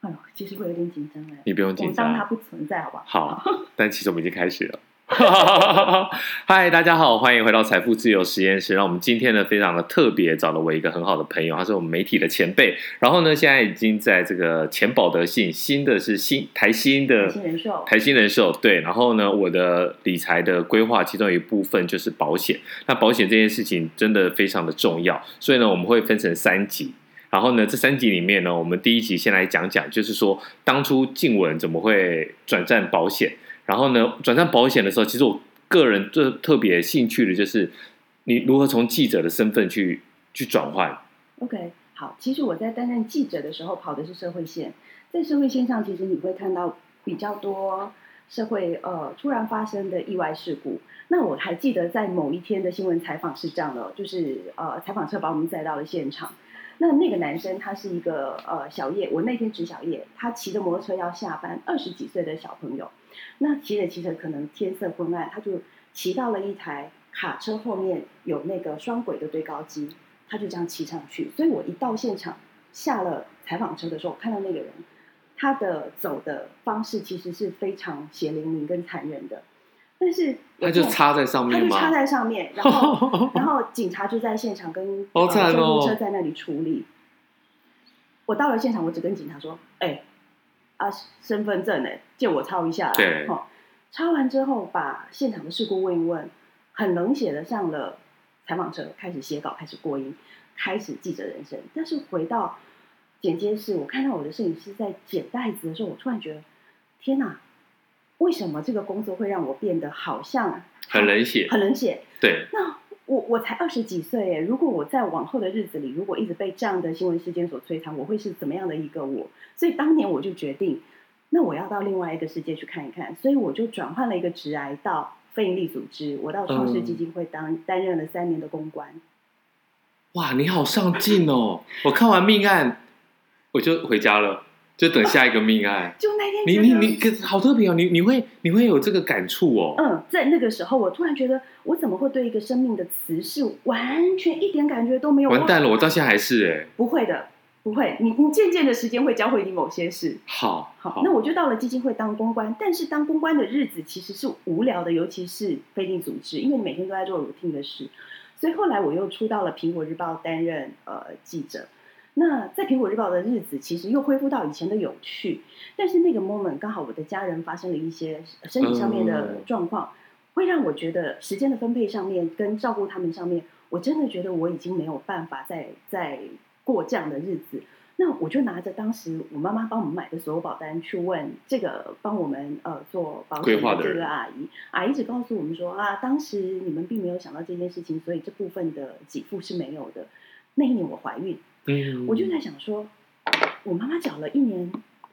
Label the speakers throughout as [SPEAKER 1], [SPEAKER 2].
[SPEAKER 1] 哎呦，其实我有点紧张哎，
[SPEAKER 2] 你不用
[SPEAKER 1] 我
[SPEAKER 2] 紧
[SPEAKER 1] 们当它
[SPEAKER 2] 张。
[SPEAKER 1] 不存在，好不好？
[SPEAKER 2] 好，但其实我们已经开始了。嗨，大家好，欢迎回到财富自由实验室。让我们今天呢非常的特别，找了我一个很好的朋友，他是我们媒体的前辈。然后呢，现在已经在这个前保德信新的是新台新的
[SPEAKER 1] 台新人寿
[SPEAKER 2] 台新人寿对。然后呢，我的理财的规划其中一部分就是保险。那保险这件事情真的非常的重要，所以呢，我们会分成三集。然后呢，这三集里面呢，我们第一集先来讲讲，就是说当初静文怎么会转战保险。然后呢，转战保险的时候，其实我个人最特别兴趣的就是你如何从记者的身份去去转换。
[SPEAKER 1] OK，好，其实我在担任记者的时候跑的是社会线，在社会线上，其实你会看到比较多社会呃突然发生的意外事故。那我还记得在某一天的新闻采访是这样的哦，就是呃采访车把我们载到了现场。那那个男生他是一个呃小叶，我那天值小叶，他骑着摩托车要下班，二十几岁的小朋友，那骑着骑着可能天色昏暗，他就骑到了一台卡车后面有那个双轨的堆高机，他就这样骑上去。所以我一到现场下了采访车的时候，我看到那个人，他的走的方式其实是非常血淋淋跟残忍的，但是我
[SPEAKER 2] 他就
[SPEAKER 1] 看
[SPEAKER 2] 插在
[SPEAKER 1] 他
[SPEAKER 2] 上面
[SPEAKER 1] 就
[SPEAKER 2] 吗？
[SPEAKER 1] 插在上面，然后 然后警察就在现场跟
[SPEAKER 2] 好
[SPEAKER 1] 呃
[SPEAKER 2] 惨哦
[SPEAKER 1] 救护车在那里处理。我到了现场，我只跟警察说：“哎、啊，身份证哎、借我抄一下啦。”
[SPEAKER 2] 对
[SPEAKER 1] 哦，抄完之后把现场的事故问一问，很冷血的上了采访车，开始写稿，开始过音，开始记者人生。但是回到剪接室，我看到我的摄影师在剪袋子的时候，我突然觉得，天哪！为什么这个工作会让我变得好像
[SPEAKER 2] 很冷血，
[SPEAKER 1] 很冷血？
[SPEAKER 2] 对，
[SPEAKER 1] 那我我才二十几岁耶，如果我在往后的日子里，如果一直被这样的新闻事件所摧残，我会是怎么样的一个我？所以当年我就决定，那我要到另外一个世界去看一看，所以我就转换了一个职涯到非营利组织，我到创世基
[SPEAKER 2] 嗯
[SPEAKER 1] 金会当、担任了三年的公关。
[SPEAKER 2] 哇，你好上进哦！我看完命案，我就回家了，就等下一个命
[SPEAKER 1] 。
[SPEAKER 2] 案
[SPEAKER 1] 就那天
[SPEAKER 2] 你
[SPEAKER 1] 觉
[SPEAKER 2] 你
[SPEAKER 1] 得
[SPEAKER 2] 你，可是好特别哦！你你会你会有这个感触哦。
[SPEAKER 1] 嗯，在那个时候，我突然觉得，我怎么会对一个生命的辞世完全一点感觉都没有？
[SPEAKER 2] 完蛋了，我到现在还是哎、
[SPEAKER 1] 不会的，不会，你你渐渐的时间会教会你某些事。
[SPEAKER 2] 好
[SPEAKER 1] 好，那我就到了基金会当公关，但是当公关的日子其实是无聊的，尤其是非定组织，因为你每天都在做 routine 的事，所以后来我又出到了苹果日报担任呃记者。那在苹果日报的日子，其实又恢复到以前的有趣，但是那个 moment 刚好我的家人发生了一些身体上面的
[SPEAKER 2] 嗯
[SPEAKER 1] 状况，会让我觉得时间的分配上面跟照顾他们上面，我真的觉得我已经没有办法再再过这样的日子。那我就拿着当时我妈妈帮我们买的所有保单去问这个帮我们呃做保
[SPEAKER 2] 规
[SPEAKER 1] 险的
[SPEAKER 2] 划的
[SPEAKER 1] 这
[SPEAKER 2] 人
[SPEAKER 1] 个阿姨，阿姨只告诉我们说啊，当时你们并没有想到这件事情，所以这部分的给付是没有的。那一年我怀孕，
[SPEAKER 2] 嗯
[SPEAKER 1] 我就在想说，我妈妈缴了一年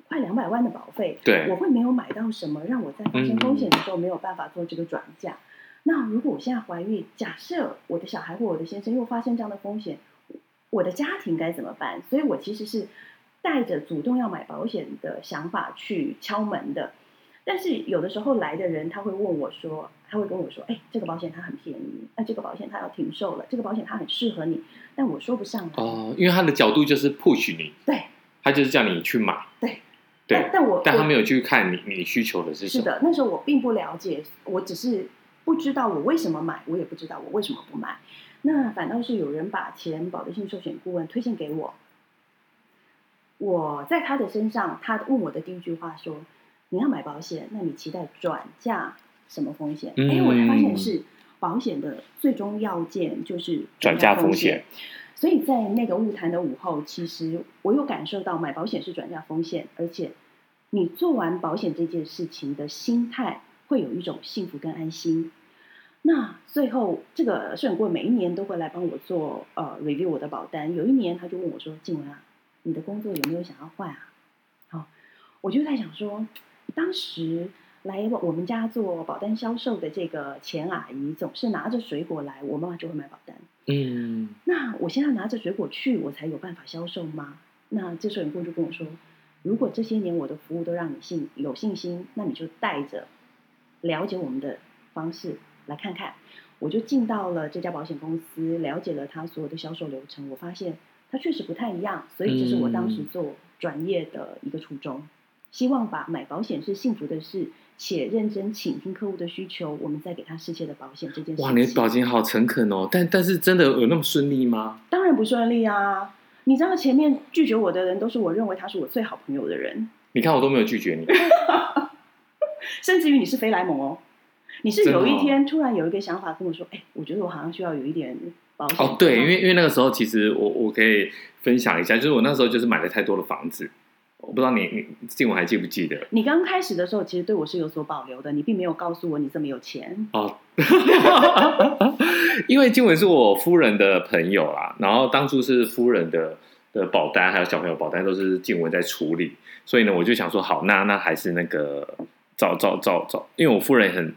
[SPEAKER 1] 快两百万的保费，
[SPEAKER 2] 对
[SPEAKER 1] 我会没有买到什么，让我在发生风险的时候没有办法做这个转嫁。那如果我现在怀孕，假设我的小孩或我的先生又发生这样的风险，我的家庭该怎么办？所以我其实是带着主动要买保险的想法去敲门的。但是有的时候来的人他会问我说，他会跟我说，哎，这个保险它很便宜，那、这个保险它要停售了，这个保险它很适合你，但我说不上来。
[SPEAKER 2] 哦，因为他的角度就是 push 你，
[SPEAKER 1] 对，
[SPEAKER 2] 他就是叫你去买，
[SPEAKER 1] 对
[SPEAKER 2] 对
[SPEAKER 1] 但，但我
[SPEAKER 2] 但他
[SPEAKER 1] 我
[SPEAKER 2] 没有去看你你需求的是
[SPEAKER 1] 是
[SPEAKER 2] 什么。
[SPEAKER 1] 的，那时候我并不了解，我只是不知道我为什么买，我也不知道我为什么不买。那反倒是有人把前保德信寿险顾问推荐给我，我在他的身上，他问我的第一句话说：“你要买保险，那你期待转嫁什么风险？”哎、
[SPEAKER 2] 嗯
[SPEAKER 1] 我才发现是保险的最终要件就是
[SPEAKER 2] 转嫁
[SPEAKER 1] 嫁
[SPEAKER 2] 风
[SPEAKER 1] 风
[SPEAKER 2] 险。
[SPEAKER 1] 所以在那个物谈的午后，其实我有感受到买保险是转嫁风险，而且你做完保险这件事情的心态会有一种幸福跟安心。那最后，这个摄影顾问每一年都会来帮我做呃 review 我的保单。有一年他就问我说：“静文啊，你的工作有没有想要换啊？”好、我就在想说，当时来我们家做保单销售的这个钱阿姨总是拿着水果来，我妈妈就会买保单。
[SPEAKER 2] 嗯，
[SPEAKER 1] 那我现在拿着水果去，我才有办法销售吗？那这时候你顾问就跟我说，如果这些年我的服务都让你信有信心，那你就带着了解我们的方式来看看。我就进到了这家保险公司，了解了它所有的销售流程，我发现它确实不太一样，所以这是我当时
[SPEAKER 2] 嗯
[SPEAKER 1] 做转业的一个初衷，希望把买保险是幸福的事，且认真倾听客户的需求，我们再给他适切的保险这件事情。
[SPEAKER 2] 哇，你的表情好诚恳哦，但但是真的有那么顺利吗？
[SPEAKER 1] 当然不顺利啊！你知道前面拒绝我的人都是我认为他是我最好朋友的人，
[SPEAKER 2] 你看我都没有拒绝你，
[SPEAKER 1] 甚至于你是飞来蒙哦。你是
[SPEAKER 2] 真的
[SPEAKER 1] 有一
[SPEAKER 2] 哦
[SPEAKER 1] 天突然有一个想法跟我说：“哎、我觉得我好像需要有一点保险。”
[SPEAKER 2] 哦，对，因为因为那个时候其实我我可以分享一下，就是我那时候就是买了太多的房子，我不知道你你静文还记不记得？
[SPEAKER 1] 你刚开始的时候，其实对我是有所保留的，你并没有告诉我你这么有钱。
[SPEAKER 2] 哦， 因为静文是我夫人的朋友啦，然后当初是夫人的的保单还有小朋友保单都是静文在处理，所以呢，我就想说，好，那那还是那个找找找找，因为我夫人很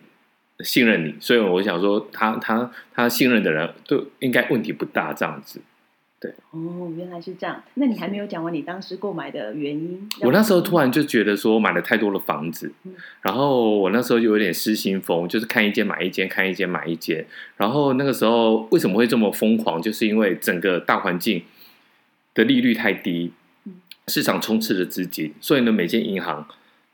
[SPEAKER 2] 信任你，所以我想说他，他他信任的人都应该问题不大，这样子。
[SPEAKER 1] 哦，原来是这样。那你还没有讲完你当时购买的原因。
[SPEAKER 2] 我那时候突
[SPEAKER 1] 然，
[SPEAKER 2] 然就觉得说，我买了太多的房子
[SPEAKER 1] 嗯，
[SPEAKER 2] 然后我那时候就有点失心疯，就是看一间买一间，看一间买一间。然后那个时候为什么会这么疯狂，就是因为整个大环境的利率太低
[SPEAKER 1] 嗯，
[SPEAKER 2] 市场充斥着资金，所以呢，每间银行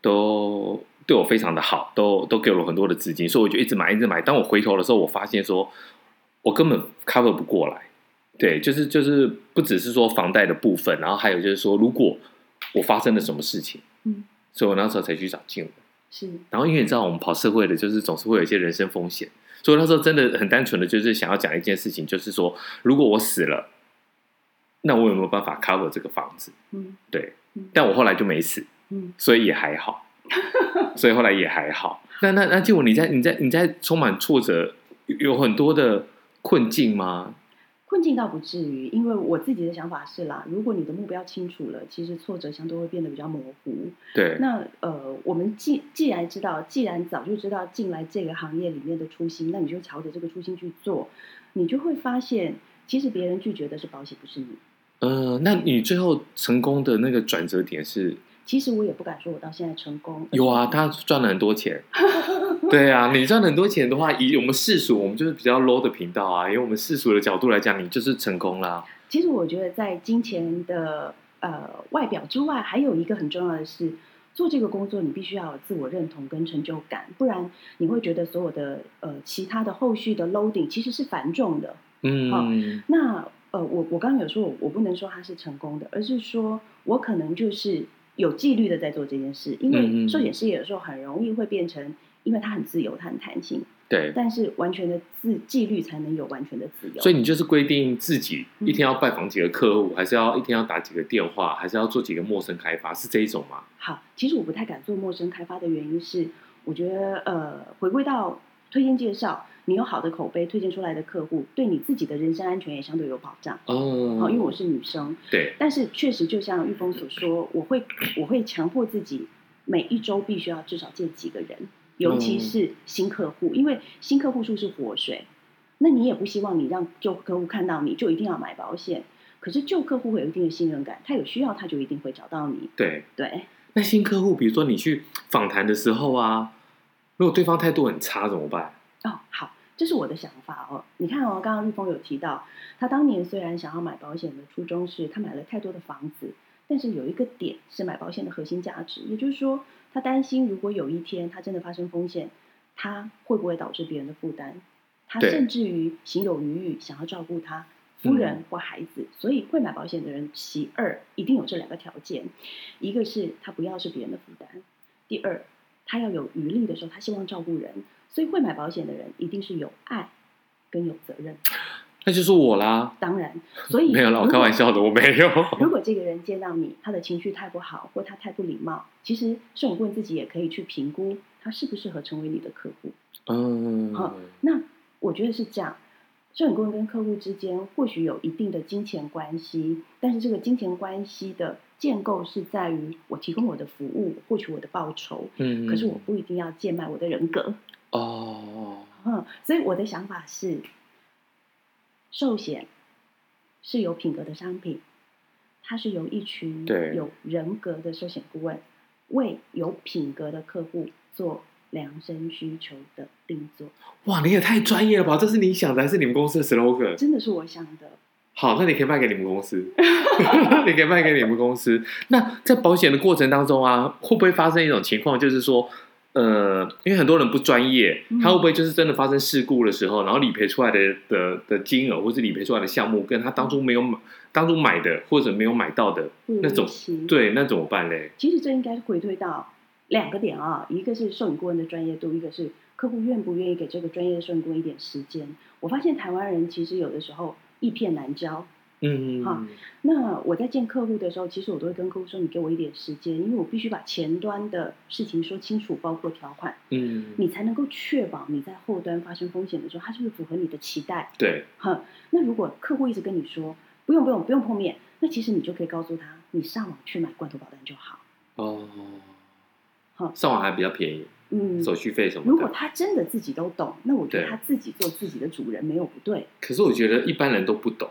[SPEAKER 2] 都对我非常的好，都都给了我很多的资金，所以我就一直买，一直买。当我回头的时候，我发现说我根本 cover 不过来。对，就是就是不只是说房贷的部分，然后还有就是说，如果我发生了什么事情，
[SPEAKER 1] 嗯，
[SPEAKER 2] 所以我那时候才去找静文。
[SPEAKER 1] 是
[SPEAKER 2] 然后因为你知道，我们跑社会的，就是总是会有一些人身风险，所以我那时候真的很单纯的就是想要讲一件事情，就是说，如果我死了，那我有没有办法 cover 这个房子？
[SPEAKER 1] 嗯
[SPEAKER 2] 对
[SPEAKER 1] 嗯，
[SPEAKER 2] 但我后来就没死，
[SPEAKER 1] 嗯，
[SPEAKER 2] 所以也还好，所以后来也还好。那那那静文，你在你在你在充满挫折，有有很多的困境吗？
[SPEAKER 1] 困境倒不至于，因为我自己的想法是啦，如果你的目标清楚了，其实挫折相对会变得比较模糊。
[SPEAKER 2] 对，
[SPEAKER 1] 那呃，我们既既然知道，既然早就知道进来这个行业里面的初心，那你就朝着这个初心去做，你就会发现，其实别人拒绝的是保险，不是你。
[SPEAKER 2] 呃，那你最后成功的那个转折点是
[SPEAKER 1] 其实我也不敢说我到现在成功。
[SPEAKER 2] 有啊，他赚了很多钱。 对啊，你赚了很多钱的话，以我们世俗，我们就是比较 low 的频道啊。以我们世俗的角度来讲，你就是成功啦。
[SPEAKER 1] 其实我觉得在金钱的呃外表之外，还有一个很重要的是，做这个工作你必须要有自我认同跟成就感，不然你会觉得所有的呃其他的后续的 loading 其实是繁重的。
[SPEAKER 2] 嗯，
[SPEAKER 1] 那呃，我我刚刚有说我我不能说它是成功的，而是说我可能就是有纪律的在做这件事，因
[SPEAKER 2] 嗯嗯
[SPEAKER 1] 为
[SPEAKER 2] 嗯
[SPEAKER 1] 寿险事业有时候很容易会变成，因为它很自由，它很弹性，
[SPEAKER 2] 对。
[SPEAKER 1] 但是完全的自纪律才能有完全的自由。
[SPEAKER 2] 所以你就是规定自己
[SPEAKER 1] 嗯
[SPEAKER 2] 一天要拜访几个客户，还是要一天要打几个电话，还是要做几个陌生开发，是这一种吗？
[SPEAKER 1] 好，其实我不太敢做陌生开发的原因是，我觉得呃，回归到推荐介绍，你有好的口碑推荐出来的客户，对你自己的人身安全也相对有保障。
[SPEAKER 2] 哦
[SPEAKER 1] 好，因为我是女生，
[SPEAKER 2] 对，
[SPEAKER 1] 但是确实就像玉峰所说，我会我会强迫自己每一周必须要至少见几个人，尤其是新客户，因为新客户数是活水，那你也不希望你让旧客户看到你就一定要买保险。可是旧客户会有一定的信任感，他有需要他就一定会找到你。
[SPEAKER 2] 对。
[SPEAKER 1] 对，
[SPEAKER 2] 那新客户，比如说你去访谈的时候啊，如果对方态度很差怎么办？
[SPEAKER 1] 哦，好，这是我的想法哦。你看哦，刚刚玉峰有提到，他当年虽然想要买保险的初衷是他买了太多的房子，但是有一个点是买保险的核心价值，也就是说，他担心如果有一天他真的发生风险，他会不会导致别人的负担？他
[SPEAKER 2] 对
[SPEAKER 1] 甚至于行有余裕，想要照顾他夫
[SPEAKER 2] 嗯
[SPEAKER 1] 人或孩子，所以会买保险的人，其二一定有这两个条件，一个是他不要是别人的负担，第二他要有余力的时候，他希望照顾人，所以会买保险的人一定是有爱跟有责任。
[SPEAKER 2] 那就是我啦。
[SPEAKER 1] 当 然，所以
[SPEAKER 2] 没有啦，我
[SPEAKER 1] 如
[SPEAKER 2] 开
[SPEAKER 1] 果
[SPEAKER 2] 玩笑的，我没有。
[SPEAKER 1] 如果这个人见到你，他的情绪太不好，或他太不礼貌，其实寿险顾问自己也可以去评估他适不适合成为你的客户。
[SPEAKER 2] 嗯，
[SPEAKER 1] 好那我觉得是这样，寿险顾问跟客户之间或许有一定的金钱关系，但是这个金钱关系的建构是在于我提供我的服务，获取我的报酬，
[SPEAKER 2] 嗯，
[SPEAKER 1] 可是我不一定要贱卖我的人格。
[SPEAKER 2] 哦，
[SPEAKER 1] 嗯，所以我的想法是，寿险是有品格的商品，它是由一群
[SPEAKER 2] 对
[SPEAKER 1] 有人格的寿险顾问为有品格的客户做量身需求的定做，
[SPEAKER 2] 哇，你也太专业了吧！这是你想的还是你们公司的 slogan？
[SPEAKER 1] 真的是我想的。
[SPEAKER 2] 好，那你可以卖给你们公 司， 你可以卖给你们公司。那在保险的过程当中啊，会不会发生一种情况，就是说，呃，因为很多人不专业
[SPEAKER 1] 嗯，
[SPEAKER 2] 他会不会就是真的发生事故的时候，然后理赔出来的的的金额，或是理赔出来的项目，跟他当初没有
[SPEAKER 1] 嗯
[SPEAKER 2] 买、当初买的或者没有买到的，那种
[SPEAKER 1] 种
[SPEAKER 2] 对，那怎么办嘞？
[SPEAKER 1] 其实这应该回推到两个点啊，一个是摄影顾问的专业度，一个是客户愿不愿意给这个专业的摄影顾问一点时间。我发现台湾人其实有的时候一片难教。
[SPEAKER 2] 嗯，
[SPEAKER 1] 好那我在见客户的时候，其实我都会跟客户说：“你给我一点时间，因为我必须把前端的事情说清楚，包括条款，
[SPEAKER 2] 嗯，
[SPEAKER 1] 你才能够确保你在后端发生风险的时候，它是不是符合你的期待。”
[SPEAKER 2] 对，
[SPEAKER 1] 哼，那如果客户一直跟你说不用不用不用碰面，那其实你就可以告诉他，你上网去买罐头保单就好。
[SPEAKER 2] 哦
[SPEAKER 1] 好，
[SPEAKER 2] 上网还比较便宜，
[SPEAKER 1] 嗯，
[SPEAKER 2] 手续费什么的。
[SPEAKER 1] 如果他真的自己都懂，那我觉得
[SPEAKER 2] 对
[SPEAKER 1] 他自己做自己的主人没有不对。
[SPEAKER 2] 可是我觉得一般人都不懂，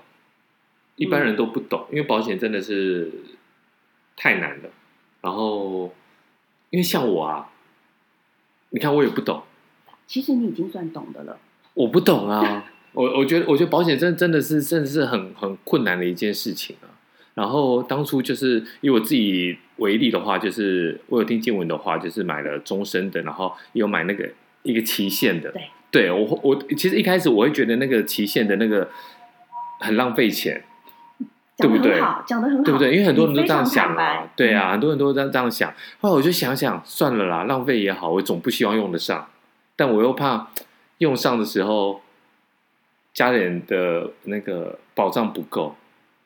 [SPEAKER 2] 一般人都不懂，
[SPEAKER 1] 嗯
[SPEAKER 2] 因为保险真的是太难了。然后，因为像我啊，你看我也不懂，
[SPEAKER 1] 其实你已经算懂的了。
[SPEAKER 2] 我不懂啊。 我我觉得，我觉得保险真真的是真的是很很困难的一件事情啊。然后当初就是以我自己为例的话，就是我有听静文的话，就是买了终身的，然后也有买那个一个期限的。
[SPEAKER 1] 对，
[SPEAKER 2] 对我我其实一开始我会觉得那个期限的那个很浪费钱，对
[SPEAKER 1] 讲
[SPEAKER 2] 不
[SPEAKER 1] 得
[SPEAKER 2] 对
[SPEAKER 1] 很好，讲得很好，
[SPEAKER 2] 对不对？因为很多人都
[SPEAKER 1] 你非
[SPEAKER 2] 这
[SPEAKER 1] 常
[SPEAKER 2] 样想
[SPEAKER 1] 坦白嗯
[SPEAKER 2] 啊，对啊，很多人都这样这样想。后来我就想想，算了啦，浪费也好，我总不希望用得上，但我又怕用上的时候，家人的那个保障不够。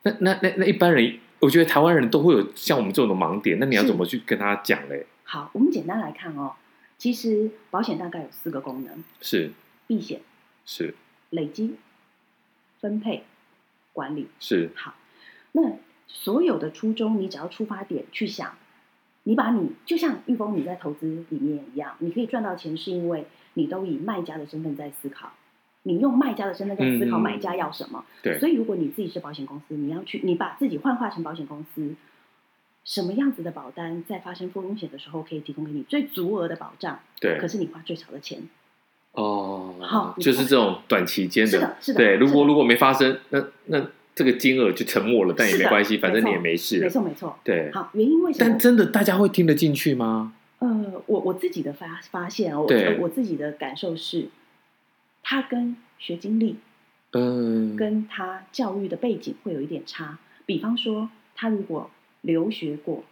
[SPEAKER 2] 那那那那一般人，我觉得台湾人都会有像我们这种的盲点，那你要
[SPEAKER 1] 是
[SPEAKER 2] 怎么去跟他讲嘞？
[SPEAKER 1] 好，我们简单来看哦，其实保险大概有四个功能：
[SPEAKER 2] 是
[SPEAKER 1] 避险、
[SPEAKER 2] 是
[SPEAKER 1] 累积、分配、管理。
[SPEAKER 2] 是，
[SPEAKER 1] 好，那所有的初衷，你只要出发点去想，你把你就像玉峰你在投资里面一样，你可以赚到钱，是因为你都以卖家的身份在思考，你用卖家的身份在思考
[SPEAKER 2] 嗯
[SPEAKER 1] 买家要什么。
[SPEAKER 2] 对
[SPEAKER 1] 所以如果你自己是保险公司，你要去，你把自己幻化成保险公司。什么样子的保单在发生风险的时候可以提供给你最足额的保障？
[SPEAKER 2] 对
[SPEAKER 1] 可是你花最少的钱。
[SPEAKER 2] 哦
[SPEAKER 1] 好，
[SPEAKER 2] 就是这种短期间
[SPEAKER 1] 是的是的
[SPEAKER 2] 对。如
[SPEAKER 1] 是
[SPEAKER 2] 果
[SPEAKER 1] 的
[SPEAKER 2] 如果没发生，那那这个金额就沉默了，但也
[SPEAKER 1] 是
[SPEAKER 2] 没
[SPEAKER 1] 的
[SPEAKER 2] 关系，反正你
[SPEAKER 1] 没错
[SPEAKER 2] 也没事
[SPEAKER 1] 没
[SPEAKER 2] 了，
[SPEAKER 1] 错没错。
[SPEAKER 2] 对。
[SPEAKER 1] 好，原因为什么？
[SPEAKER 2] 但真的大家会听得进去吗？
[SPEAKER 1] 呃，我我自己的发发现哦，我
[SPEAKER 2] 对
[SPEAKER 1] 我自己的感受是，他跟学经历
[SPEAKER 2] 嗯，
[SPEAKER 1] 跟他教育的背景会有一点差。比方说，他如果留学过，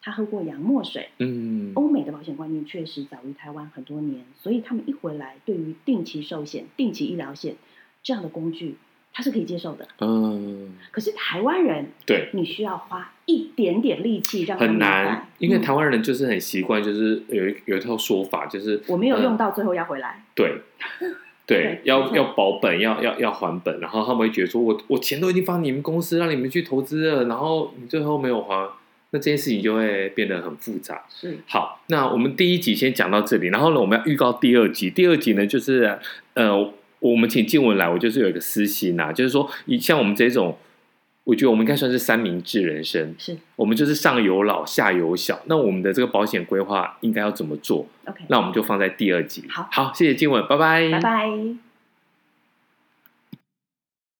[SPEAKER 1] 他喝过洋墨水，
[SPEAKER 2] 嗯
[SPEAKER 1] 欧美的保险观念确实早于台湾很多年，所以他们一回来，对于定期寿险、定期医疗险这样的工具，他是可以接受的。
[SPEAKER 2] 嗯，
[SPEAKER 1] 可是台湾人，
[SPEAKER 2] 对，
[SPEAKER 1] 你需要花一点点力气让他
[SPEAKER 2] 很
[SPEAKER 1] 明
[SPEAKER 2] 难
[SPEAKER 1] 白，
[SPEAKER 2] 因为
[SPEAKER 1] 嗯
[SPEAKER 2] 台湾人就是很习惯，就是有一有一套说法，就是
[SPEAKER 1] 我没有用
[SPEAKER 2] 嗯
[SPEAKER 1] 到，最后要回来。
[SPEAKER 2] 对。对
[SPEAKER 1] 对，没
[SPEAKER 2] 要
[SPEAKER 1] 错
[SPEAKER 2] 要保本，要要要还本，然后他们会觉得说，我我钱都已经放你们公司，让你们去投资了，然后你最后没有还，那这件事情就会变得很复杂。
[SPEAKER 1] 是，
[SPEAKER 2] 好，那我们第一集先讲到这里，然后呢，我们要预告第二集。第二集呢，就是呃，我们请静文来，我就是有一个私心呐、就是说，以像我们这种，我觉得我们应该算是三明治人生，
[SPEAKER 1] 是
[SPEAKER 2] 我们就是上有老下有小。那我们的这个保险规划应该要怎么做？
[SPEAKER 1] OK，
[SPEAKER 2] 那我们就放在第二集。
[SPEAKER 1] 好
[SPEAKER 2] 好，谢谢静文，拜拜，
[SPEAKER 1] 拜拜。